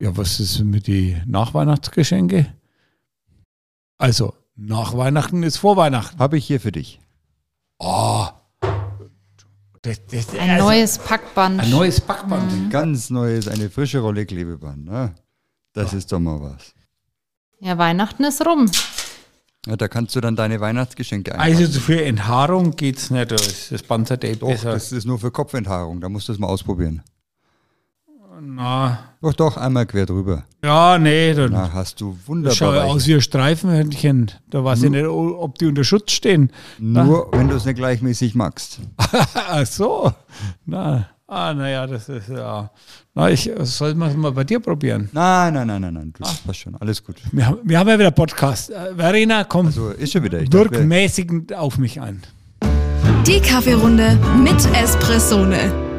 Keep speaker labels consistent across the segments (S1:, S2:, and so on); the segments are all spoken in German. S1: Ja, was ist mit den Nachweihnachtsgeschenke? Also, nach Weihnachten ist vor Weihnachten.
S2: Habe ich hier für dich.
S1: Oh. Das, das,
S3: Ein
S1: also,
S3: neues Packband.
S1: ein neues Backband.
S2: Ganz neues, eine frische Rolle Klebeband. Ne? Das ist doch mal was.
S3: Ja, Weihnachten ist rum.
S2: Ja, da kannst du dann deine Weihnachtsgeschenke einpacken.
S1: Also für Enthaarung geht's nicht. Da ist das Panzertape
S2: Doch,
S1: besser.
S2: das ist nur für Kopfenthaarung. Da musst du es mal ausprobieren.
S1: Na,
S2: Doch, doch, einmal quer drüber.
S1: ja, nee, dann
S2: Da hast du
S1: schau
S2: wunderbar.
S1: aus wie ein Streifenhörnchen. Da weiß
S2: Hm.
S1: ich nicht, o- ob die unter Schutz stehen. Ah.
S2: Nur, wenn du es nicht gleichmäßig magst.
S1: Ach so. Na, ah, naja, das ist ja. Na, ich soll man es mal bei dir probieren.
S2: Nein, nein, nein, nein, nein.
S1: Ah.
S2: Du, das passt schon. Alles gut.
S1: Wir haben, wir haben ja wieder Podcast. Äh, Verena, komm,
S2: So, ist schon wieder. Also, Ich
S1: wirk
S2: dachte,
S1: mäßigend auf mich ein.
S4: Die Kaffeerunde mit Espressone.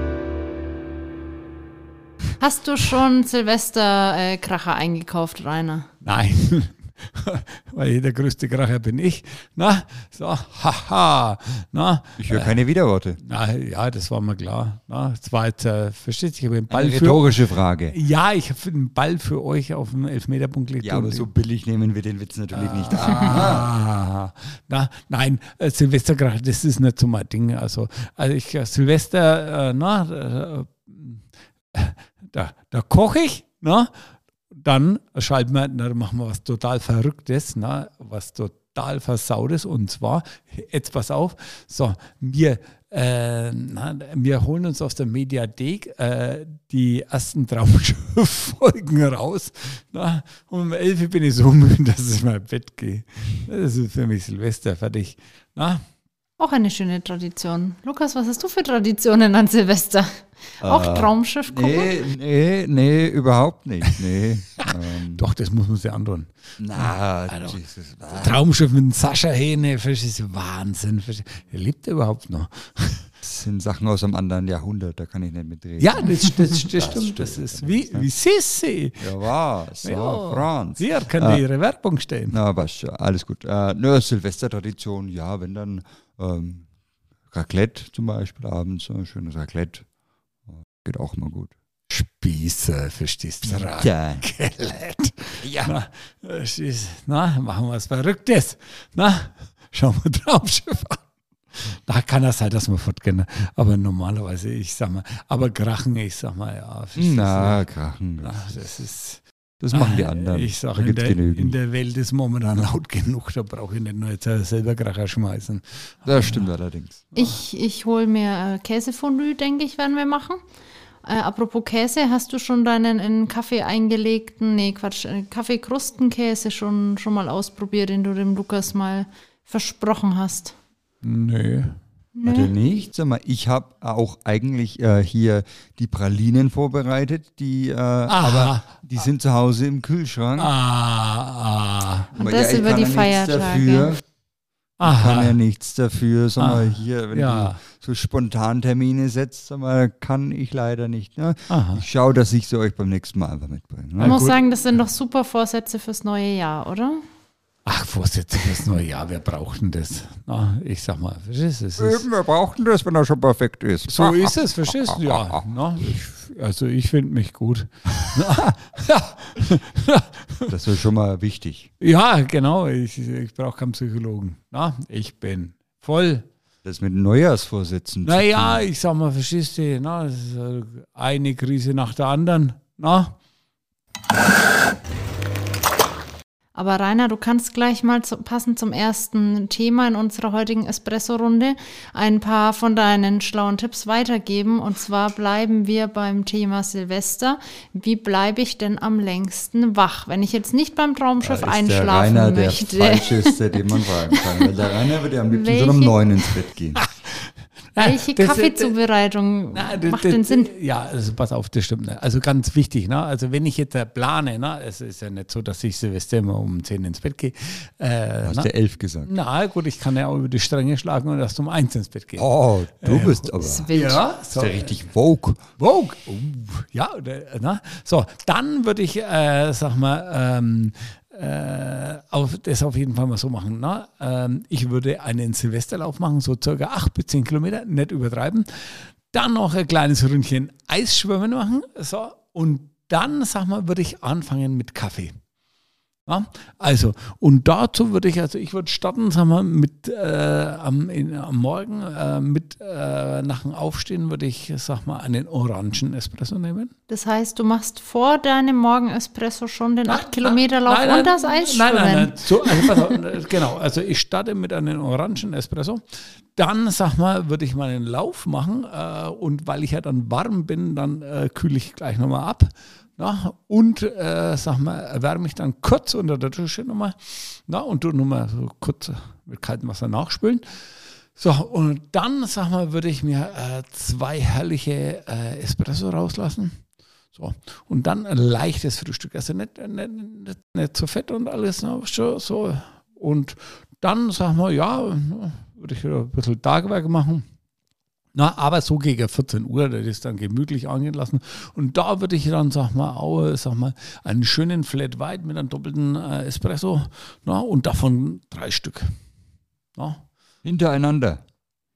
S3: Hast du schon Silvesterkracher äh, Kracher eingekauft, Rainer?
S1: Nein. Weil der größte Kracher bin ich. Na, so, haha. Na,
S2: ich höre keine Widerworte.
S1: Na ja, das war mir klar. Na, das war jetzt, äh, verstehst du, ich habe den Ball
S2: Eine
S1: für,
S2: rhetorische Frage.
S1: Ja, ich habe den Ball für euch auf dem Elfmeterpunkt gelegt.
S2: Ja, aber
S1: und-
S2: so billig nehmen wir den Witz natürlich nicht. Ah,
S1: Ah, na, nein, äh, Silvester, gerade, das ist nicht so mein Ding. Also, also ich, äh, Silvester, äh, na, äh, da, da koche ich, na, dann schalten wir, na, dann machen wir was total Verrücktes, na, was total Versautes und zwar, jetzt pass auf, so, wir, äh, na, wir holen uns aus der Mediathek äh, die ersten Traumschiff-Folgen raus. Na, und um 11 Uhr bin ich so müde, dass ich in mein Bett gehe. Das ist für mich Silvester, fertig. Na,
S3: Auch eine schöne Tradition. Lukas, was hast du für Traditionen an Silvester? Auch
S1: Äh,
S3: Traumschiff gucken?
S2: nee, nee, nee, überhaupt nicht. Nee. ähm,
S1: doch, das muss man sich antun.
S2: na,
S1: Also.
S2: Jesus. ah.
S1: Traumschiff mit dem Sascha Hähne, das ist Wahnsinn. verstehst du? Er lebt er überhaupt noch?
S2: Das sind Sachen aus einem anderen Jahrhundert, da kann ich nicht mitreden.
S1: Ja, das, das, das, stimmt. Das ist wie, wie Sissi.
S2: Ja, was? Ja, Franz.
S1: Sie hat kann ihre
S2: Ah.
S1: Werbung stellen.
S2: Na, aber sch- alles gut. Äh, nö, Silvestertradition, ja, wenn dann ähm, Raclette zum Beispiel abends, so ein schönes Raclette. Äh, Geht auch immer gut.
S1: Spießer, verstehst du?
S2: Ja.
S1: Skelett. Ja. Na, es ist, na, machen wir was Verrücktes. Na, schauen wir Traumschiff an. Da kann das sein, dass wir fortgehen. Aber normalerweise, ich sag mal, aber Krachen, ich sag mal, ja. verstehst du?
S2: Na, Krachen.
S1: Na,
S2: Das,
S1: das ist.
S2: das machen die anderen.
S1: Ah. Ich sag,
S2: da
S1: in
S2: gibt's
S1: der, in
S2: genügend.
S1: der Welt ist momentan laut genug, da brauche ich nicht nur jetzt selber Kracher schmeißen.
S2: das stimmt allerdings.
S3: Ich, ich hole mir äh, Käsefondue, denke ich, werden wir machen. Äh, apropos Käse, hast du schon deinen in Kaffee eingelegten, nee, Quatsch, äh, Kaffeekrustenkäse schon, schon mal ausprobiert, den du dem Lukas mal versprochen hast?
S1: Nö. Ne?
S2: Warte nicht, sag mal, ich habe auch eigentlich äh, hier die Pralinen vorbereitet, die, äh, aber die sind zu Hause im Kühlschrank.
S1: Ah, ah.
S3: Und
S2: Aber
S3: das
S2: ich
S3: über
S2: kann
S3: die
S2: ja nichts
S3: Feiertage.
S2: Dafür. kann ja nichts dafür. Sag mal,
S1: Ah,
S2: hier, wenn
S1: ja.
S2: du so spontan Termine setzt, sag mal, kann ich leider nicht. Ne?
S1: Aha.
S2: Ich schaue, dass ich sie euch beim nächsten Mal einfach mitbringe.
S3: Ich
S2: Ne?
S3: muss sagen, das sind doch super Vorsätze fürs neue Jahr, oder?
S1: Ach, Vorsätze fürs neue Jahr, wir brauchen das. Na, ich sag mal, verstehst du, es ist,
S2: Eben, wir brauchen das, wenn er schon perfekt ist.
S1: Also so ist es, verstehst du? Ja, na, ich, also ich finde mich gut.
S2: Das ist schon mal wichtig.
S1: Ja, genau, ich, ich brauche keinen Psychologen. Na, ich bin voll.
S2: Das mit Neujahrsvorsätzen. zu
S1: Naja,
S2: tun.
S1: ich sag mal, verstehst du, na, es ist äh, eine Krise nach der anderen. Na,
S3: Aber Rainer, du kannst gleich mal zu, passend zum ersten Thema in unserer heutigen Espresso-Runde ein paar von deinen schlauen Tipps weitergeben. Und zwar bleiben wir beim Thema Silvester. Wie bleibe ich denn am längsten wach, wenn ich jetzt nicht beim
S2: Da
S3: Traumschiff
S2: ist der
S3: einschlafen
S2: Rainer
S3: möchte?
S2: der falscheste, den man fragen kann. Weil der Rainer würde ja am liebsten schon um
S3: Welche-
S2: neun ins Bett gehen.
S3: Welche
S1: Das-
S3: Kaffeezubereitung
S1: Na, das-
S3: macht
S1: das-
S3: denn Sinn?
S1: Ja, also pass auf, das stimmt. Ne? Also ganz wichtig, ne? also wenn ich jetzt äh, plane, ne? es ist ja nicht so, dass ich Silvester immer um 10 ins Bett gehe. Äh,
S2: Du hast
S1: na,
S2: der elf gesagt.
S1: Na gut, ich kann ja auch über die Stränge schlagen und erst um eins ins Bett gehen.
S2: Oh, du bist aber bist
S3: Wild.
S1: so.
S2: ja richtig vogue.
S1: Vogue. Oh, ja, oder, na? so, dann würde ich, äh, sag mal, ähm, äh, auf, das auf jeden Fall mal so machen. Na? Ähm, ich würde einen Silvesterlauf machen, so circa acht bis zehn Kilometer, nicht übertreiben. Dann noch ein kleines Ründchen Eisschwimmen machen. So, und dann, sag mal, würde ich anfangen mit Kaffee. Ja, also, und dazu würde ich, also ich würde starten, sagen wir, mit äh, am, in, am Morgen, äh, mit äh, nach dem Aufstehen würde ich, sag mal, einen Orangen-Espresso nehmen.
S3: Das heißt, du machst vor deinem Morgen-Espresso schon den 8-Kilometer-Lauf
S1: Nein,
S3: und das Eisschwimmen.
S1: Nein, nein, nein. So, also, pass auf, genau, also ich starte mit einem Orangen-Espresso. Dann, sag mal, würde ich mal einen Lauf machen äh, und weil ich ja dann warm bin, dann äh, kühle ich gleich nochmal ab. Na, und äh, sag mal, erwärme ich dann kurz unter der Dusche nochmal. Na, und tu nochmal so kurz äh, mit kaltem Wasser nachspülen. So, und dann, sag mal, würde ich mir äh, zwei herrliche äh, Espresso rauslassen. So. Und dann ein leichtes Frühstück. Also nicht, nicht, nicht, nicht zu fett und alles. Ne? Schon so. Und dann sagen wir, ja, würde ich wieder ein bisschen Tagewerk machen. Na, aber so gegen 14 Uhr, das ist dann gemütlich angehen lassen. Und da würde ich dann, sag mal, auch, äh, sag mal, einen schönen Flat White mit einem doppelten äh, Espresso. Na, und davon drei Stück. Na,
S2: Hintereinander.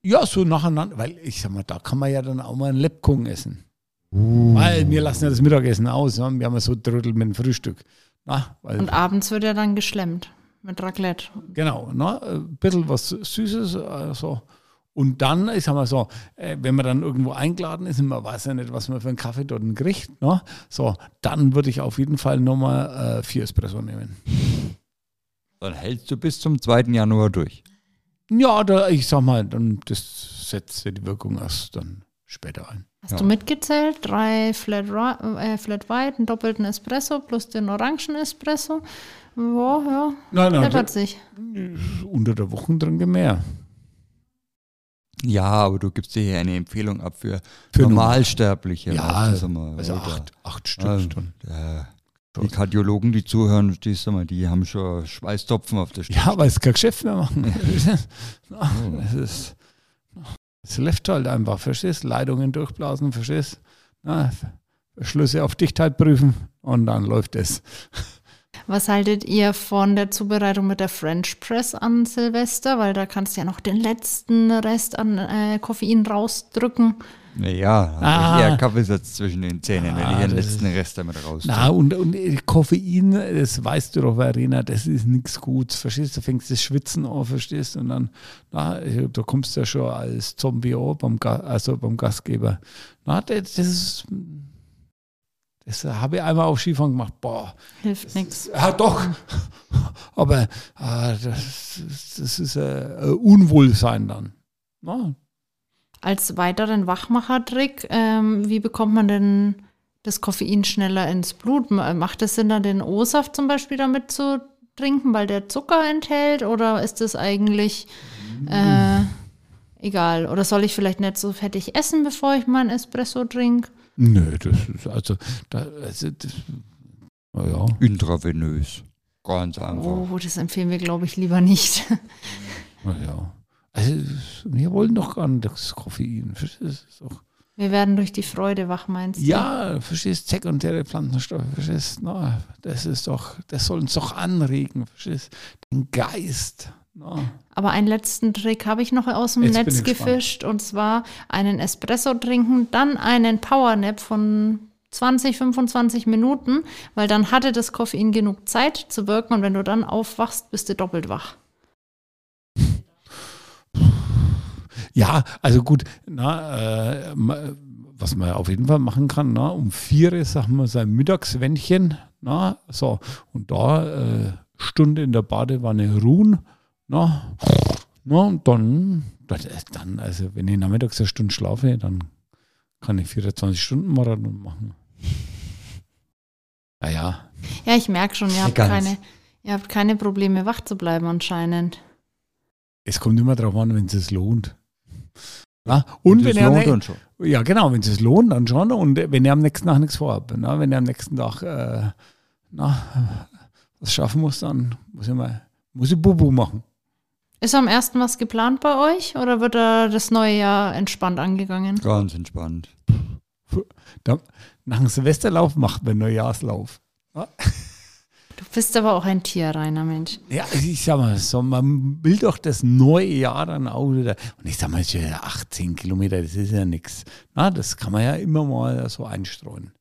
S1: ja, so nacheinander, weil ich sag mal, da kann man ja dann auch mal einen Lebkuchen essen. Weil wir lassen ja das Mittagessen aus, ne? wir haben ja so Trödel mit dem Frühstück. Na, weil,
S3: Und abends wird ja dann geschlemmt mit Raclette.
S1: genau, ne? ein bisschen was Süßes. äh, so. Und dann, ich sag mal so, äh, wenn man dann irgendwo eingeladen ist und man weiß ja nicht, was man für einen Kaffee dort kriegt, ne? so, dann würde ich auf jeden Fall nochmal äh, vier Espresso nehmen.
S2: Dann hältst du bis zum 2. Januar durch.
S1: Ja, da, ich sag mal, dann das setzt ja die Wirkung erst dann später ein.
S3: Hast du mitgezählt? Drei Flat, Ra- äh, Flat White, einen doppelten Espresso plus den Orangen-Espresso. Boah, ja,
S1: Nein,
S3: läppert sich.
S1: unter der Woche drin mehr.
S2: Ja, aber du gibst dir hier eine Empfehlung ab für,
S1: Für
S2: Normalsterbliche.
S1: Ja,
S2: weißt du, sag mal,
S1: Also
S2: oder?
S1: acht, acht Stück
S2: Ähm,
S1: schon.
S2: äh, die Kardiologen, die zuhören, die, sag mal, die haben schon Schweißtopfen auf der Stirn.
S1: Ja, weil es kein Geschäft mehr machen. Ach, Es ist, es läuft halt einfach, verstehst? Leitungen durchblasen, verstehst? Na, Schlüsse auf Dichtheit prüfen und dann läuft es.
S3: Was haltet ihr von der Zubereitung mit der French Press an Silvester? Weil da kannst du ja noch den letzten Rest an äh, Koffein rausdrücken.
S2: Naja,
S1: Ah.
S2: ah. eher Kaffeesatz zwischen den Zähnen, wenn ich
S1: Ah,
S2: den
S1: das
S2: letzten Rest damit raus.
S1: Na, und, und äh, Koffein, das weißt du doch, Verena, das ist nichts Gutes, verstehst du? fängst das Schwitzen an, verstehst Und dann, na, du kommst ja schon als Zombie an, beim, Ga- also beim Gastgeber. Na, das, das ist. Das habe ich einmal auf Skifahren gemacht. Boah,
S3: Hilft nichts.
S1: ja doch. Aber ah, das, ist- das ist äh, ein Unwohlsein dann. Na,
S3: Als weiteren Wachmacher-Trick, ähm, wie bekommt man denn das Koffein schneller ins Blut? M- Macht es Sinn, dann den O-Saft zum Beispiel damit zu trinken, weil der Zucker enthält? Oder ist das eigentlich äh, egal? Oder soll ich vielleicht nicht so fettig essen, bevor ich meinen Espresso trinke?
S1: nö, das ist also, da, also das, na ja.
S2: Intravenös. Ganz einfach.
S3: Oh, das empfehlen wir, glaube ich, lieber nicht.
S1: Na ja. Also, es- wir wollen doch gar nicht das Koffein. Verstehst du? Doch.
S3: Wir werden durch die Freude wach, meinst du?
S1: Ja, verstehst du? Sekundäre Pflanzenstoffe, verstehst du? Na, das ist doch, das soll uns doch anregen, verstehst du? Den Geist. Na.
S3: Aber einen letzten Trick habe ich noch aus dem
S1: Jetzt bin
S3: Netz
S1: ich gespannt.
S3: gefischt und zwar einen Espresso trinken, dann einen Powernap von 20, 25 Minuten, weil dann hatte das Koffein genug Zeit zu wirken und wenn du dann aufwachst, bist du doppelt wach.
S1: Ja, also gut, na, äh, ma- was man auf jeden Fall machen kann, na, um vier ist, sagen wir, sein Mittagswändchen, na, so, und da äh, Stunde in der Badewanne ruhen, na, na und dann, das ist dann, also wenn ich nachmittags eine Stunde schlafe, dann kann ich 24 Stunden Marathon machen. Naja,
S3: Ja, ich merke schon, ihr habt,
S2: Ganz.
S3: keine, ihr habt keine Probleme, wach zu bleiben anscheinend.
S1: es kommt immer darauf an, wenn es sich lohnt. Na, und
S2: das
S1: wenn er
S2: lohnt
S1: eine-
S2: dann schon.
S1: Ja, genau, wenn es sich lohnt, dann schon. Und äh, wenn ihr am nächsten Tag nichts vorhabt, ne? wenn ihr am nächsten Tag äh, na, was schaffen muss, dann muss ich mal muss ich Bubu machen.
S3: Ist am ersten was geplant bei euch oder wird da das neue Jahr entspannt angegangen?
S2: Ganz entspannt.
S1: Da, nach dem Silvesterlauf macht man Neujahrslauf.
S3: Du bist aber auch ein Tier, Rainer, Mensch.
S1: Ja, also ich sag mal so, man will doch das neue Jahr dann auch wieder. Und ich sag mal, es ist ja 18 Kilometer, das ist ja nichts. Na, das kann man ja immer mal so einstreuen.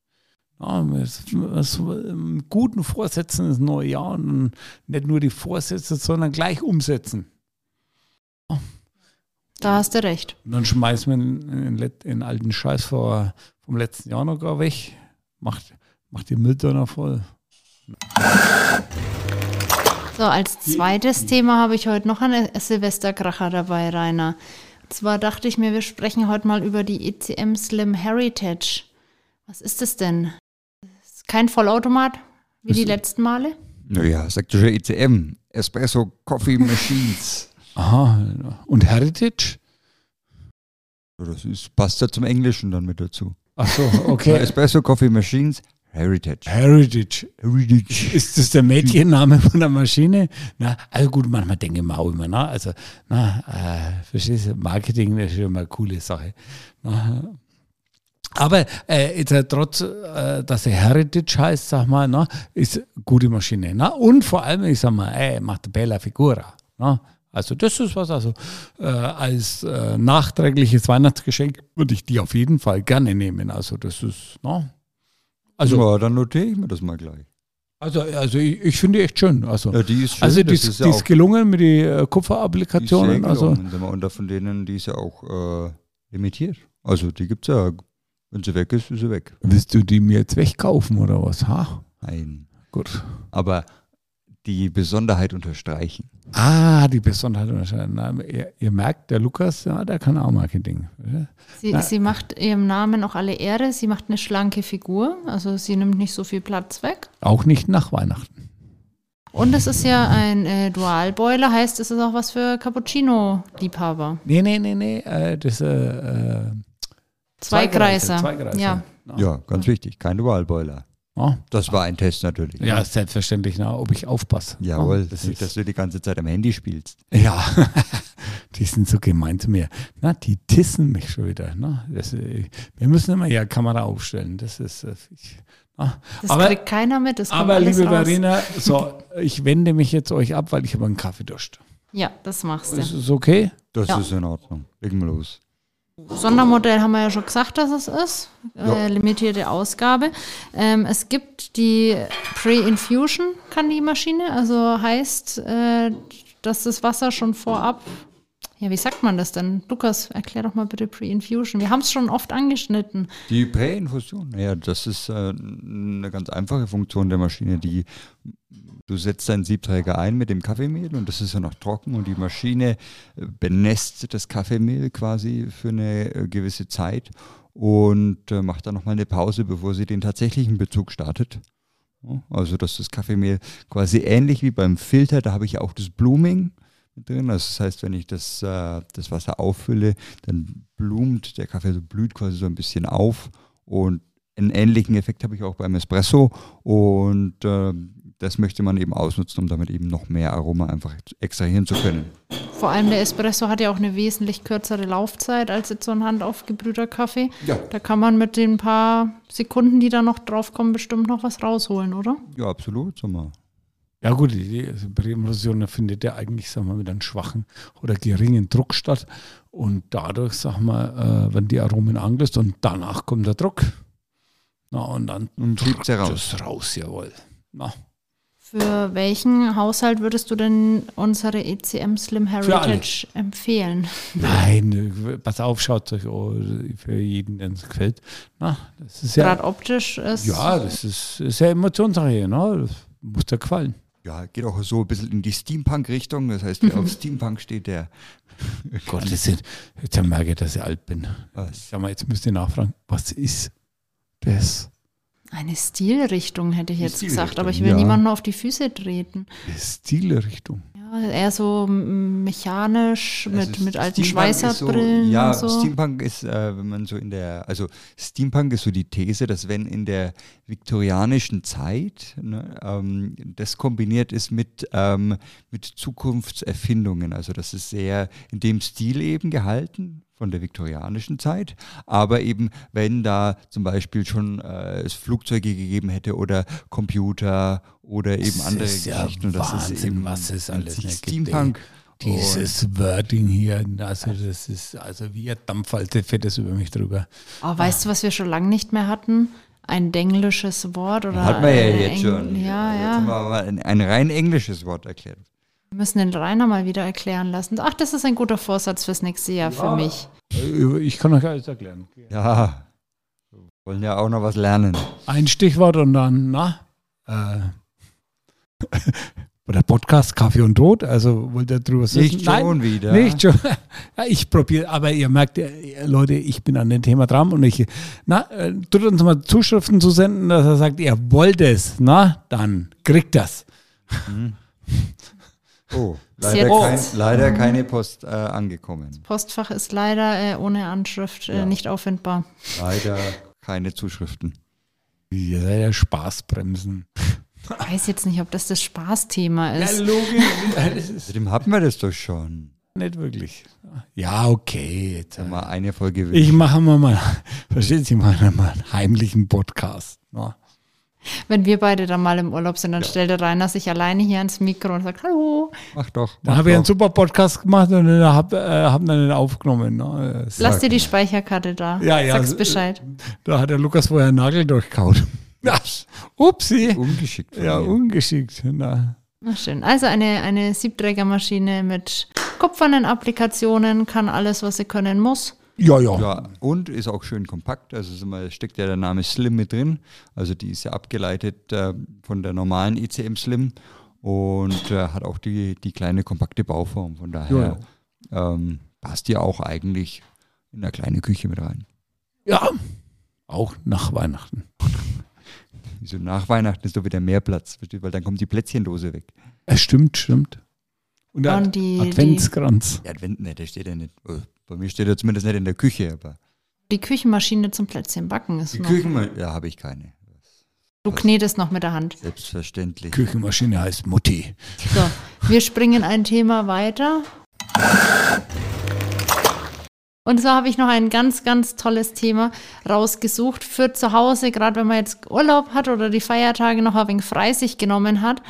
S1: Ja, mit, mit mit guten Vorsätzen ins neue Jahr und nicht nur die Vorsätze, sondern gleich umsetzen.
S3: Da hast du recht.
S1: Und dann schmeißt man den, let- den alten Scheiß vor, vom letzten Jahr noch gar weg, macht, macht die Mülltonne voll.
S3: So, als zweites Thema habe ich heute noch einen Silvesterkracher dabei, Rainer. Und zwar dachte ich mir, wir sprechen heute mal über die ECM Slim Heritage. Was ist das denn? Ist kein Vollautomat, wie die letzten Male?
S2: Naja, sagt ja schon ECM, Espresso Coffee Machines.
S1: Aha, und Heritage?
S2: Ja, das ist, passt ja zum Englischen dann mit dazu.
S1: Ach so,
S2: Ja,
S1: okay.
S2: Espresso Coffee Machines, Heritage.
S1: Heritage.
S2: Heritage.
S1: Ist das der Mädchenname von der Maschine? Na, also gut, manchmal denke ich mir auch immer, na, also, na, äh, verstehst du, Marketing das ist schon mal eine coole Sache. Na, aber äh, jetzt, äh, trotz, äh, dass sie Heritage heißt, sag mal, na, ist eine gute Maschine. Na? Und vor allem, ich sag mal, ey, macht eine bella Figura. Na? Also das ist was, also äh, als äh, nachträgliches Weihnachtsgeschenk würde ich die auf jeden Fall gerne nehmen. Also das ist, na? Also
S2: ja, dann notiere ich mir das mal gleich.
S1: also, also ich, ich finde die echt schön. Also,
S2: Ja, die ist schön,
S1: also die,
S2: das
S1: ist,
S2: ist
S1: die
S2: ja
S1: ist
S2: auch-
S1: gelungen mit den äh,
S2: Die ist sehr
S1: Kupferapplikationen. Also,
S2: gelungen, sag mal, Und da von denen, die ist ja auch äh, limitiert. Also die gibt es ja, wenn sie weg ist, ist sie weg.
S1: willst du die mir jetzt wegkaufen oder was? Ha?
S2: Nein.
S1: Gut.
S2: Aber die Besonderheit unterstreichen.
S1: Ah, die Besonderheit. unterscheiden. Na, Ihr, ihr merkt, der Lukas, ja, der kann auch Marketing.
S3: Sie, sie macht ihrem Namen auch alle Ehre. Sie macht eine schlanke Figur, also sie nimmt nicht so viel Platz weg.
S1: Auch nicht nach Weihnachten.
S3: Und es ist ja ein äh, Dualboiler, heißt, es ist auch was für Cappuccino-Liebhaber.
S1: Nee, nee, nee, nee. Äh, das äh, äh,
S3: Zweigreiser.
S1: Zweigreiser.
S3: Ja.
S1: Ah.
S2: Ja, ganz wichtig. Kein Dualboiler.
S1: Ja.
S2: Das war ein Test natürlich.
S1: Ah, ja, selbstverständlich, na, ob ich aufpasse. Ah,
S2: Jawohl,
S1: Das
S2: nicht,
S1: ist,
S2: dass du die ganze Zeit am Handy spielst.
S1: Ja, die sind so gemein zu mir. Na, die tissen mich schon wieder. Na, das, äh, wir müssen immer ja Kamera aufstellen. Das ist. äh, Ich, na.
S3: Das
S1: Aber,
S3: kriegt keiner mit. Das kommt
S1: aber
S3: alles
S1: liebe
S3: raus.
S1: Verena, so, ich wende mich jetzt euch ab, weil ich habe einen Kaffeedurst.
S3: Ja, das machst du.
S1: Ist es okay?
S2: Das
S3: Ja.
S2: ist in Ordnung. Legen wir los.
S3: Sondermodell haben wir ja schon gesagt, dass es ist. Äh, limitierte Ausgabe. Ähm, es gibt die Pre-Infusion, kann die Maschine. Also heißt, äh, dass das Wasser schon vorab. Ja, wie sagt man das denn? Lukas, erklär doch mal bitte Pre-Infusion. Wir haben es schon oft angeschnitten.
S2: Die Präinfusion, naja, das ist äh, eine ganz einfache Funktion der Maschine. Die, du setzt deinen Siebträger ein mit dem Kaffeemehl und das ist ja noch trocken und die Maschine äh, benässt das Kaffeemehl quasi für eine äh, gewisse Zeit und äh, macht dann nochmal eine Pause, bevor sie den tatsächlichen Bezug startet. Ja, Also, dass das Kaffeemehl quasi ähnlich wie beim Filter, da habe ich ja auch das Blooming mit drin. Also das heißt, wenn ich das, äh, das Wasser auffülle, dann blumt der Kaffee, also blüht quasi so ein bisschen auf. Und einen ähnlichen Effekt habe ich auch beim Espresso. Und ähm, das möchte man eben ausnutzen, um damit eben noch mehr Aroma einfach extrahieren zu können.
S3: Vor allem der Espresso hat ja auch eine wesentlich kürzere Laufzeit als jetzt so ein handaufgebrühter Kaffee.
S2: Ja.
S3: Da kann man mit den paar Sekunden, die da noch draufkommen, bestimmt noch was rausholen, oder?
S2: Ja, absolut. Sag mal.
S1: Ja gut, die- die also Bremenrosion da findet ja eigentlich, sagen wir mal, mit einem schwachen oder geringen Druck statt. Und dadurch, sagen wir, äh, werden die Aromen angelöst und danach kommt der Druck. Na, und dann
S2: Und schiebt sie raus.
S1: das raus, jawohl. Na,
S3: Für welchen Haushalt würdest du denn unsere ECM Slim
S1: Für alle.
S3: Heritage empfehlen?
S1: nein, äh, pass auf, schaut euch oh, für jeden, den es gefällt. Na, das ist ja,
S3: Gerade optisch ist.
S1: ja, das ist, ist ja Emotionssache, hier, ne? das muss dir gefallen.
S2: Ja, geht auch so ein bisschen in die Steampunk-Richtung. Das heißt, wer auf Steampunk steht, der.
S1: Gott, das sind, jetzt merke ich, dass ich alt bin.
S2: Was?
S1: Sag mal, jetzt müsst ihr nachfragen, was ist das?
S3: Eine Stilrichtung hätte ich jetzt gesagt, aber ich will
S2: ja.
S3: niemanden auf die Füße treten.
S1: Stilrichtung.
S3: Ja, eher so mm, mechanisch mit,
S2: Also
S3: mit alten
S2: Steampunk ist
S3: Schweißerbrillen
S2: So, ja,
S3: und so.
S2: Steampunk ist, äh, wenn man so in der, also Steampunk ist so die These, dass wenn in der viktorianischen Zeit ne, ähm, das kombiniert ist mit, ähm, mit Zukunftserfindungen, also das ist sehr in dem Stil eben gehalten von der viktorianischen Zeit, aber eben wenn da zum Beispiel schon äh, es Flugzeuge gegeben hätte oder Computer oder eben
S1: Das
S2: andere
S1: ist ja
S2: Geschichten und das ist
S1: Wahnsinn,
S2: eben
S1: was es
S2: an
S1: alles
S2: sich
S1: nicht gibt, ey.
S2: Steampunk.
S1: Dieses Wording hier, also das ist also wie ein Dampfalter fährt das über mich drüber.
S3: Oh, weißt du, was wir schon lange nicht mehr hatten? ein denglisches Wort oder
S2: Hat man ja
S3: eine
S2: jetzt
S3: Äh, Eng-
S2: schon. Also
S3: Ja,
S2: jetzt
S3: ja.
S2: haben wir aber ein, ein rein englisches Wort erklärt.
S3: Wir müssen den Rainer mal wieder erklären lassen. Ach, das ist ein guter Vorsatz fürs nächste Jahr für mich.
S1: Ich kann euch alles erklären.
S2: Ja, wir wollen ja auch noch was lernen.
S1: Ein Stichwort und dann, na, äh, oder Podcast Kaffee und Tod, also wollt ihr drüber
S2: Nicht schon wieder.
S1: Nicht schon. Ja, Ich probiere, aber ihr merkt, äh, Leute, ich bin an dem Thema dran und ich, na, äh, tut uns mal Zuschriften zu senden, dass er sagt, ihr wollt es, na, dann kriegt das.
S2: Oh,
S3: Ist
S2: leider, kein,
S3: jetzt-
S2: leider
S1: Mhm.
S2: keine Post äh, angekommen.
S3: Postfach ist leider äh, ohne Anschrift äh,
S2: Ja.
S3: nicht auffindbar.
S2: Leider keine Zuschriften.
S1: Ihr seid ja Spaßbremsen.
S3: Ich weiß jetzt nicht, ob das das Spaßthema ist.
S1: logisch. das ist
S2: Außerdem hatten wir das doch schon.
S1: nicht wirklich. Ja, okay. Jetzt,
S2: Mal eine Folge.
S1: ich mache mal, mal, versteht ihr, mal, mal einen heimlichen Podcast. Na.
S3: Wenn wir beide dann mal im Urlaub sind, dann stellt der Rainer sich alleine hier ans Mikro und sagt, hallo,
S2: Mach doch.
S1: Da
S2: mach
S1: habe ich einen
S2: doch.
S1: super Podcast gemacht und dann hab- äh, haben dann den aufgenommen. Ne? Das-
S3: lass dir die Speicherkarte da.
S1: Ja, ja,
S3: Sag's
S1: so-
S3: Bescheid.
S1: Da hat der Lukas vorher einen Nagel durchkaut. Ja. Upsi.
S2: ungeschickt. von
S1: Um- Ja,
S2: mir.
S1: ungeschickt. Na.
S3: Na schön. Also eine, eine Siebträgermaschine mit kupfernen Applikationen, kann alles, was sie können muss.
S1: Ja, ja.
S2: Ja, und ist auch schön kompakt. Also es ist immer- es steckt ja der Name Slim mit drin. Also die ist ja abgeleitet äh, von der normalen ECM Slim und äh, hat auch die, die kleine kompakte Bauform. Von daher ähm, passt die auch eigentlich in eine kleine Küche mit rein.
S1: Ja. Auch nach Weihnachten.
S2: So nach Weihnachten ist doch wieder mehr Platz, versteht? weil dann kommt die Plätzchendose weg.
S1: Es stimmt, stimmt. Und der
S3: Und die-
S1: Adventskranz.
S2: Der Advent, ne, der steht ja nicht. oh, Bei mir steht er zumindest nicht in der Küche, aber
S3: Die Küchenmaschine zum Plätzchen backen ist
S2: die
S3: noch.
S2: Küche, ja, habe ich keine.
S3: Du knetest noch mit der Hand.
S2: Selbstverständlich.
S1: Küchenmaschine heißt Mutti.
S3: So, wir springen ein Thema weiter. Und so habe ich noch ein ganz, ganz tolles Thema rausgesucht für zu Hause, gerade wenn man jetzt Urlaub hat oder die Feiertage noch ein wenig frei sich genommen hat.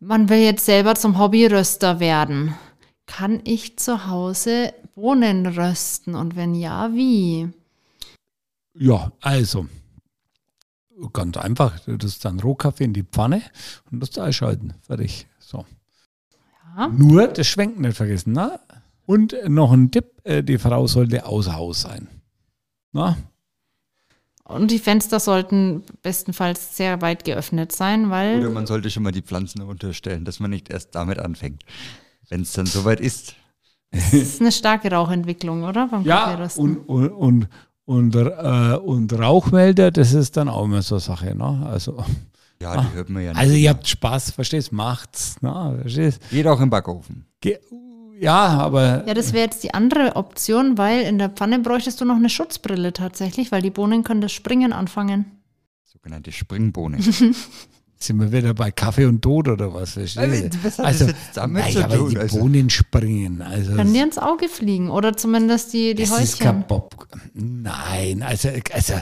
S3: Man will jetzt selber zum Hobbyröster werden. Kann ich zu Hause Bohnen rösten? Und wenn ja, wie?
S1: Ja, also. Ganz einfach. Du tust dann Rohkaffee in die Pfanne und das einschalten. Fertig. So.
S3: Ja.
S1: Nur das Schwenken nicht vergessen. Na? Und noch ein Tipp: äh, Die Frau sollte außer Haus sein. Na?
S3: Und die Fenster sollten bestenfalls sehr weit geöffnet sein, weil
S2: Oder man sollte schon mal die Pflanzen unterstellen, dass man nicht erst damit anfängt, wenn es dann soweit ist.
S3: Das ist eine starke Rauchentwicklung, oder? Beim
S1: Ja,
S3: Kaffeerösten.
S1: und, und, und, und, äh, und Rauchmelder, das ist dann auch immer so eine Sache. Ne? Also,
S2: Ja, die hört man ja nicht.
S1: also ihr habt Spaß, verstehst? Macht's. Ne? Verstehst?
S2: Geht auch im Backofen.
S1: Ge ja, aber
S3: ja, das wäre jetzt die andere Option, weil in der Pfanne bräuchtest du noch eine Schutzbrille tatsächlich, weil die Bohnen können das Springen anfangen.
S2: Sogenannte Springbohne.
S1: sind wir wieder bei Kaffee und Tod oder was? Verstehst?
S2: was
S1: du?
S2: hat das jetzt damit
S1: nein,
S2: zu
S1: aber
S2: tun?
S1: die
S2: Also-
S1: Bohnen springen. Also,
S3: Können dir ins Auge fliegen oder zumindest die, die
S1: das ist kein
S3: Häutchen.
S1: Bob. Nein, also, also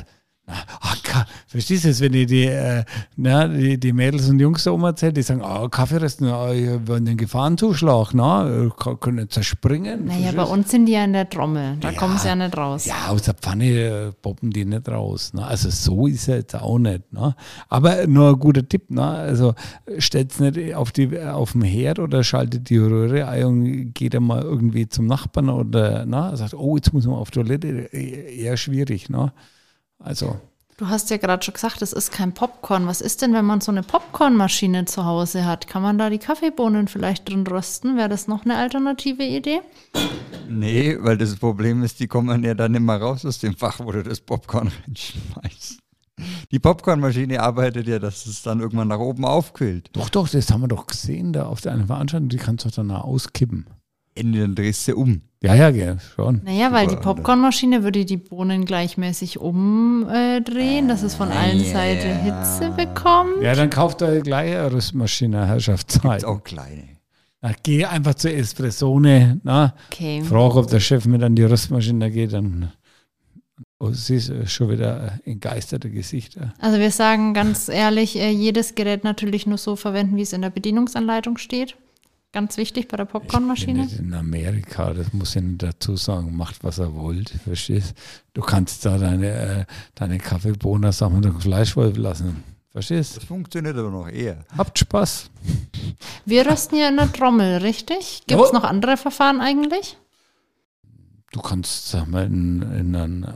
S1: na, ah, Ka- verstehst du es, wenn die, die, äh, na, die, die Mädels und Jungs da umerzählen, die sagen, ah, Kaffeeresten, ah, ja, wenn den Gefahrenzuschlag, na, äh, ka- können zerspringen.
S3: Naja,
S1: verstehst
S3: bei
S1: du?
S3: uns sind die ja in der Trommel, da
S1: Ja.
S3: kommen sie ja nicht raus.
S1: Ja, aus der Pfanne äh, poppen die nicht raus. Ne? Also so ist er jetzt auch nicht. Ne? Aber nur ein guter Tipp, ne? also stellt es nicht auf, die, auf den Herd oder schaltet die Röhre ein und geht dann mal irgendwie zum Nachbarn oder ne? sagt, oh, jetzt muss man auf Toilette. E- Eher schwierig. Ne? Also
S3: Du hast ja gerade schon gesagt, das ist kein Popcorn. Was ist denn, wenn man so eine Popcornmaschine zu Hause hat? Kann man da die Kaffeebohnen vielleicht drin rösten? Wäre das noch eine alternative Idee?
S2: Nee, weil das Problem ist, die kommen ja dann immer raus aus dem Fach, wo du das Popcorn reinschmeißt. Die Popcornmaschine arbeitet ja, dass es dann irgendwann nach oben aufquillt.
S1: doch, doch, das haben wir doch gesehen da auf der einen Veranstaltung, die kannst du doch danach auskippen.
S2: Ende dann drehst du um.
S1: Ja, ja, ja, schon.
S3: Naja, weil die
S2: Super anders.
S3: Popcornmaschine würde die Bohnen gleichmäßig umdrehen, dass es von allen
S2: ja.
S3: Seiten Hitze bekommt.
S1: Ja, dann kauft euch gleich eine Rüstmaschine, Herrschaftszeit.
S2: Ist auch kleine.
S1: Na, geh einfach zur Espressone, ne? na,
S3: Okay.
S1: frag, ob der Chef mit an die Röstmaschine geht, dann oh, siehst du schon wieder äh, entgeisterte Gesichter.
S3: Also wir sagen ganz ehrlich, äh, jedes Gerät natürlich nur so verwenden, wie es in der Bedienungsanleitung steht. Ganz wichtig bei der
S1: Ich bin
S3: Popcornmaschine.
S1: nicht in Amerika, das muss ich nicht dazu sagen, macht was er wollt, verstehst? Du kannst da deine, äh, deine Kaffeebohnen samt und Fleischwolf lassen, verstehst?
S2: Das funktioniert aber noch eher.
S1: Habt Spaß.
S3: Wir rösten ja in der Trommel, richtig? Gibt
S2: Oh.
S3: es
S1: Jo.
S3: noch andere Verfahren eigentlich?
S1: Du kannst sag mal, in, in einen äh,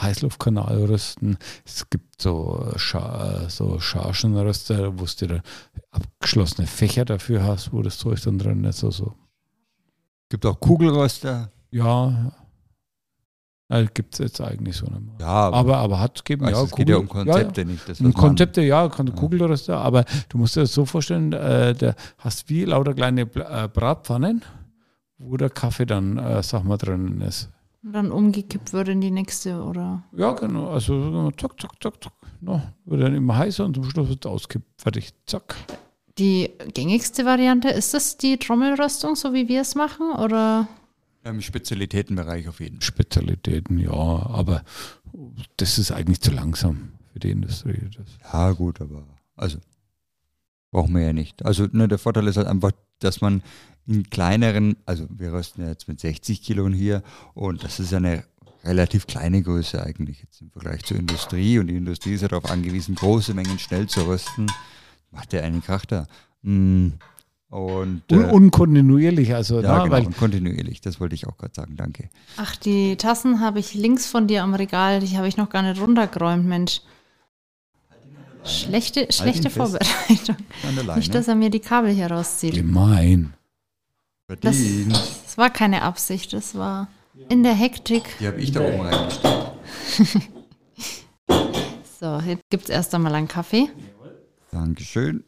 S1: Heißluftkanal rösten. Es gibt so, Scha äh, so Chargenröster, wo du dann abgeschlossene Fächer dafür hast, wo das Zeug dann drin ist. Also,
S2: Gibt auch Kugelröster.
S1: ja, äh, gibt es jetzt eigentlich so nicht mehr.
S2: Ja,
S1: Aber, aber hat es gegeben,
S2: weißt,
S1: Ah, ja,
S2: es geht ja um
S1: Kugel-
S2: Konzepte, nicht das, was
S1: Um
S2: man-
S1: Konzepte, ja, kann
S2: Ja.
S1: Kugelröster, aber du musst dir das so vorstellen, äh, da hast wie lauter kleine Bla- äh, Bratpfannen, wo der Kaffee dann, äh, sag mal, drinnen ist.
S3: Und dann umgekippt wird in die nächste oder?
S1: Ja, genau. Also zack, zack, zack, zack. No, wird dann immer heißer und zum Schluss wird es auskippt. Fertig. Zack.
S3: Die gängigste Variante, ist das die Trommelröstung, so wie wir es machen? Oder
S2: Im Spezialitätenbereich auf jeden Fall.
S1: Spezialitäten, ja, aber das ist eigentlich zu langsam für die Industrie. Das.
S2: Ja, gut, aber also brauchen wir ja nicht. Also ne, der Vorteil ist halt einfach, dass man in kleineren, also wir rösten ja jetzt mit 60 Kilo hier und das ist ja eine relativ kleine Größe eigentlich jetzt im Vergleich zur Industrie und die Industrie ist ja darauf angewiesen, große Mengen schnell zu rösten. Macht ja einen Krach da. Mm, Und,
S1: Un
S2: äh,
S1: unkontinuierlich, also,
S2: ja,
S1: na,
S2: genau,
S1: weil
S2: und kontinuierlich, das wollte ich auch gerade sagen, danke.
S3: Ach, die Tassen habe ich links von dir am Regal, die habe ich noch gar nicht runtergeräumt, Mensch.
S2: Halt
S3: Schlechte, schlechte
S2: ihn fest.
S3: Vorbereitung.
S2: An der Leine.
S3: Nicht, dass er mir die Kabel hier rauszieht.
S1: gemein.
S3: Das,
S2: Verdient.
S3: das war keine Absicht, das war in der Hektik.
S2: Die habe ich da oben reingestellt.
S3: So, jetzt gibt es erst einmal einen Kaffee.
S2: Dankeschön.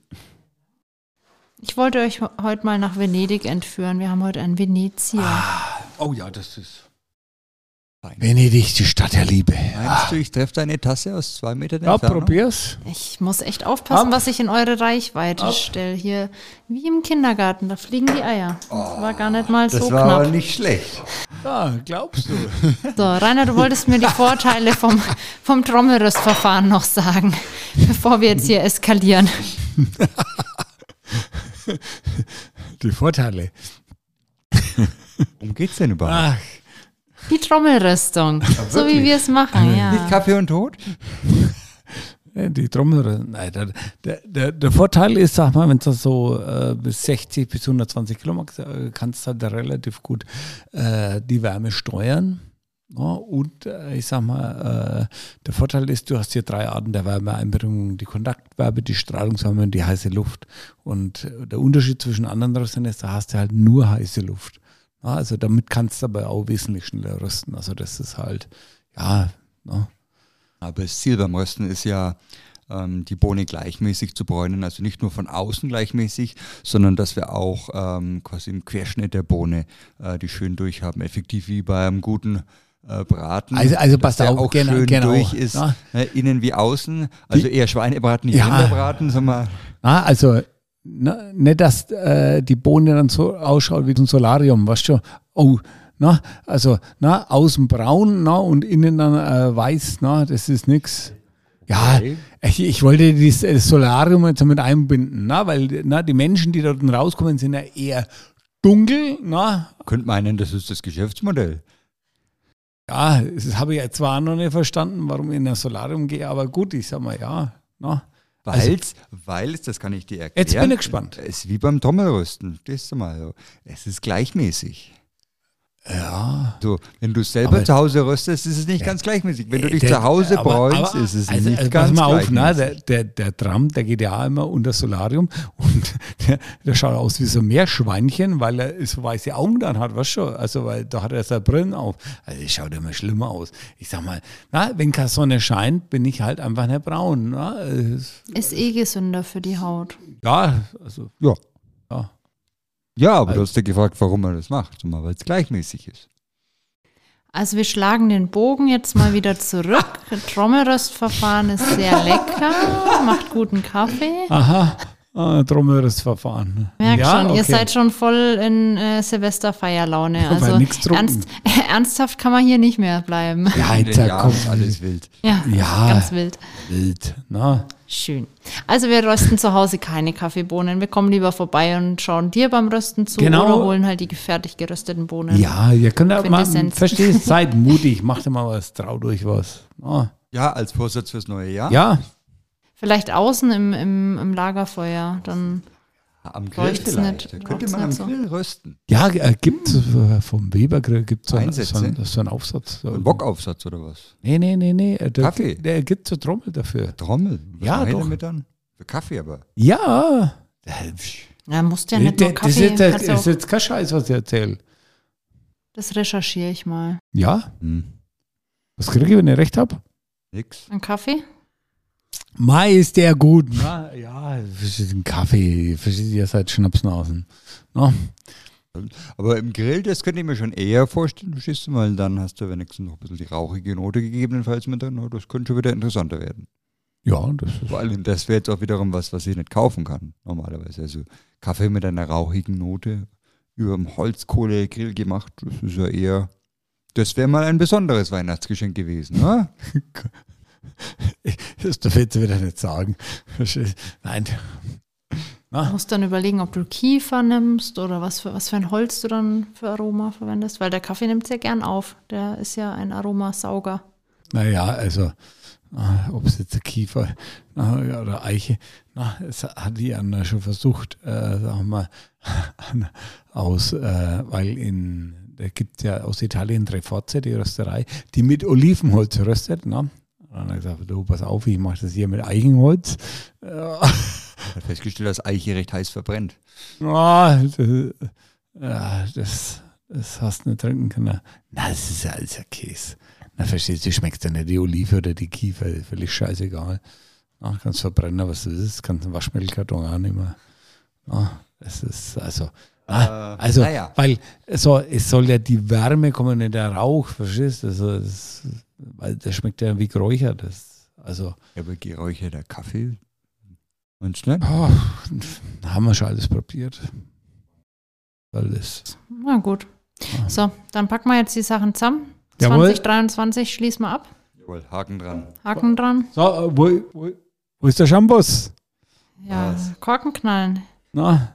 S3: Ich wollte euch ho- heute mal nach Venedig entführen. Wir haben heute einen Venezier.
S2: Oh ja, das ist.
S1: Venedig, die Stadt der Liebe.
S2: Meinst du, ich treffe deine Tasse aus zwei Metern
S1: Ja,
S2: Entfernung?
S1: probier's.
S3: Ich muss echt aufpassen,
S1: Ab.
S3: was ich in eure Reichweite
S1: Ab.
S3: stelle. Hier, wie im Kindergarten, da fliegen die Eier. Das war gar nicht mal so
S2: Oh, Das war aber
S3: knapp.
S2: nicht schlecht. Ah,
S1: Ja, glaubst du.
S3: So, Rainer, du wolltest mir die Vorteile vom, vom Trommelröstverfahren noch sagen, bevor wir jetzt hier eskalieren.
S1: Die Vorteile.
S2: Worum geht's denn überhaupt?
S1: Ach,
S3: Die Trommelröstung, so wie wir es
S1: Ah,
S3: machen,
S2: Hm. Nicht
S3: ja.
S2: Kaffee und Tod?
S1: die Trommel. Nein, der, der, der, der Vorteil ist, sag mal, wenn du so äh, bis 60 bis 120 Kilo machst, äh, kannst du halt relativ gut äh, die Wärme steuern. Ja, und äh, ich sag mal, äh, der Vorteil ist, du hast hier drei Arten der Wärmeeinbringung: die Kontaktwärme, die Strahlungswärme und die heiße Luft. Und äh, der Unterschied zwischen anderen Röstern ist, da hast du halt nur heiße Luft. Ja, also damit kannst du aber auch wesentlich schneller rösten. Also das ist halt, ja, ne?
S2: Aber das Ziel beim Rösten ist ja, ähm, die Bohne gleichmäßig zu bräunen. Also nicht nur von außen gleichmäßig, sondern dass wir auch ähm, quasi im Querschnitt der Bohne äh, die schön durchhaben. Effektiv wie bei einem guten äh, Braten.
S1: Also- also passt
S2: dass der
S1: auf,
S2: auch
S1: genau,
S2: schön
S1: genau,
S2: durch ist.
S1: ne?
S2: Ne, innen wie außen. Also eher Schweinebraten, nicht
S1: Ja.
S2: Rinderbraten, sagen wir.
S1: Ah, also ne, nicht, dass äh, die Bohne dann so ausschaut wie so ein Solarium, weißt du? Oh, na, also na, außen braun na, und innen dann äh, weiß, na, das ist nix. Ja, ich, ich wollte das, das Solarium jetzt mit einbinden, na, weil na, die Menschen, die dort rauskommen, sind ja eher dunkel, na,
S2: Könnt meinen, das ist das Geschäftsmodell.
S1: ja, das habe ich ja zwar noch nicht verstanden, warum ich in ein Solarium gehe, aber gut, ich sag mal, ja, na. Also-
S2: Weil's, weil's, das kann ich dir erklären.
S1: Jetzt bin ich gespannt.
S2: Es ist wie beim Trommelrösten. Das ist mal so. Es ist gleichmäßig.
S1: Ja.
S2: So, wenn du selber
S1: Aber- Äh,
S2: zu Hause röstest, ist es nicht ganz gleichmäßig. Wenn du dich
S1: Der-
S2: zu Hause
S1: aber-
S2: bräunst,
S1: aber-
S2: ist es
S1: also,
S2: nicht
S1: also
S2: ganz
S1: pass mal auf, ne?
S2: gleichmäßig.
S1: der, der, der Trump, der geht ja immer unter Solarium und der, der schaut aus wie so ein Meerschweinchen, weil er so weiße Augen dann hat, weißt du? Also, weil da hat er seine Brillen auf. Also, das schaut immer schlimmer aus. Ich sag mal, na, wenn keine Sonne scheint, bin ich halt einfach nicht braun. Na? Äh,
S3: Ist eh gesünder für die Haut.
S1: Ja, also,
S2: Ja.
S1: ja.
S2: ja,
S1: Also
S2: aber du hast dir gefragt, warum er das macht. Mal, weil es gleichmäßig ist.
S3: Also wir schlagen den Bogen jetzt mal wieder zurück.
S1: Ah. Ah,
S3: Trommelröstverfahren ist sehr lecker, macht guten Kaffee.
S1: Aha. äh, Trommelrissverfahren.
S3: Merk schon, ihr
S1: okay.
S3: seid schon voll in äh, Silvesterfeierlaune.
S1: weil
S3: Also
S1: nix trunken.
S3: ernst, ernsthaft kann man hier nicht mehr bleiben.
S1: Ja, jetzt
S2: Ja,
S1: komm,
S2: ist alles wild.
S3: Ja,
S1: Ja.
S3: ganz wild.
S1: wild. Na,
S3: Schön. Also wir rösten zu Hause keine Kaffeebohnen. Wir kommen lieber vorbei und schauen dir beim Rösten zu
S1: Genau.
S3: oder holen halt die fertig gerösteten Bohnen.
S1: ja, ihr könnt auch mal,
S3: Ähm, Quintessenz.
S1: verstehst, seid mutig, macht mal was, traut euch was. Na,
S2: Ja, als Vorsatz fürs neue Jahr.
S1: ja,
S3: Vielleicht außen im, im, im Lagerfeuer. Dann
S2: Am Grill
S3: Läuft's
S2: vielleicht.
S3: nicht,
S2: Da könnte
S3: läuft's
S2: man am
S3: nicht so.
S2: Grill rösten.
S1: ja, äh, gibt äh, vom Webergrill gibt so einen, so,
S2: Einsätze?
S1: einen, so einen Aufsatz. So.
S2: Ein Bockaufsatz oder was?
S1: Nee, nee, nee, nee. äh, Der,
S2: Kaffee?
S1: Der gibt so Trommel dafür.
S2: Trommel. Was
S1: Ja,
S2: mache ich
S1: doch.
S2: damit dann? Für Kaffee aber.
S1: Ja.
S3: ja, musst ja
S1: Nee,
S3: nicht nur
S1: Äh, der- Das ist,
S3: Kaffee.
S1: jetzt, das
S3: kannst ja
S1: ist
S3: auch,
S1: jetzt kein Scheiß, was ich erzähle.
S3: das recherchiere ich mal.
S1: Ja,
S2: Hm.
S1: was kriege ich, wenn ich recht habe?
S2: Nix.
S3: Ein Kaffee?
S1: Mai ist der gut. Na, ja, versteht den Kaffee, versteht ihr seid Schnapsnasen. Na,
S2: Aber im Grill, das könnte ich mir schon eher vorstellen, verstehst du, weil dann hast du wenigstens noch ein bisschen die rauchige Note gegebenenfalls mit drin. Oh, Das könnte schon wieder interessanter werden.
S1: ja, das ist.
S2: Vor allem, das wäre jetzt auch wiederum was, was ich nicht kaufen kann, normalerweise. Also Kaffee mit einer rauchigen Note über dem Holzkohlegrill gemacht, das ist ja eher. Das wäre mal ein besonderes Weihnachtsgeschenk gewesen, ne?
S1: Das darf ich jetzt wieder nicht sagen. Verstehst? Nein.
S3: Du musst dann überlegen, ob du Kiefer nimmst oder was für, was für ein Holz du dann für Aroma verwendest, weil der Kaffee nimmt sehr gern auf. Der ist ja ein Aromasauger.
S1: Naja, also, ob es jetzt der Kiefer na, ja, oder Eiche, na, es hat die Anna schon versucht, äh, sagen wir, an- aus, äh, weil in, da gibt es ja aus Italien Trefozze, die Rösterei, die mit Olivenholz röstet. Na? Und dann hat er gesagt, du, pass auf, ich mache das hier mit Eichenholz. Äh,
S2: Hat festgestellt, dass Eiche recht heiß verbrennt.
S1: Ah, das, ah, das, das hast du nicht trinken können. Na, das ist ja alles ein Käse. Na, verstehst du, schmeckt ja nicht die Olive oder die Kiefer, ist völlig scheißegal. Na, kannst verbrennen, was das ist, kannst einen Waschmittelkarton annehmen. Na, das ist also. Ah,
S2: Äh,
S1: also,
S2: naja.
S1: weil so, es soll ja die Wärme kommen, nicht der Rauch, verstehst du? Also, das, weil das schmeckt ja wie Geräucher. Das, also,
S2: Ja, aber geräucherter Kaffee? Und schnell?
S1: oh, haben wir schon alles probiert. Alles.
S3: Na gut. So, dann packen wir jetzt die Sachen zusammen.
S1: Jawohl.
S3: 2023 schließen wir ab.
S2: Jawohl, Haken dran.
S3: Haken dran.
S1: So, äh, wo, wo, wo ist der Shampoos?
S3: Ja,
S2: Was?
S3: Korken knallen.
S1: Na,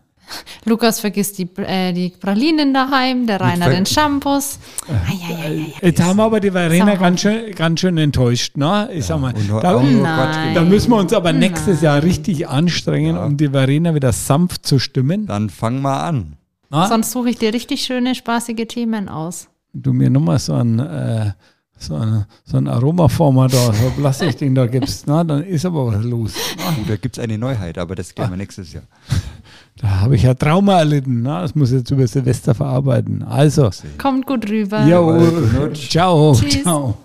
S3: Lukas vergisst die, äh, die Pralinen daheim, der Rainer
S2: ver-
S3: den Shampoos.
S2: Äh,
S3: Eieieiei.
S1: jetzt haben wir aber die Verena
S3: So.
S1: ganz schön, ganz schön enttäuscht. Ne? Ich sag mal,
S2: Und auch
S1: da, hm,
S2: nur
S3: Nein.
S2: Quatsch
S1: da
S2: gemacht.
S1: müssen wir uns aber nächstes
S3: Nein.
S1: Jahr richtig anstrengen,
S2: Ja.
S1: um die Verena wieder sanft zu stimmen.
S2: Dann fang mal an.
S1: Na,
S3: Sonst suche ich dir richtig schöne, spaßige Themen aus.
S1: du mir nochmal so ein, äh, so ein, so ein Aromaformer da, so blass ich den da gibst, na, dann ist aber was los.
S2: Oh, da gibt es eine Neuheit, aber das klären wir nächstes Jahr.
S1: Da habe ich ja Trauma erlitten. Na, das muss ich jetzt über Silvester verarbeiten. Also,
S3: Kommt gut rüber.
S1: jo,
S2: Äh, Jawohl, guten Rutsch.
S1: ciao,
S3: Tschüss.
S1: ciao.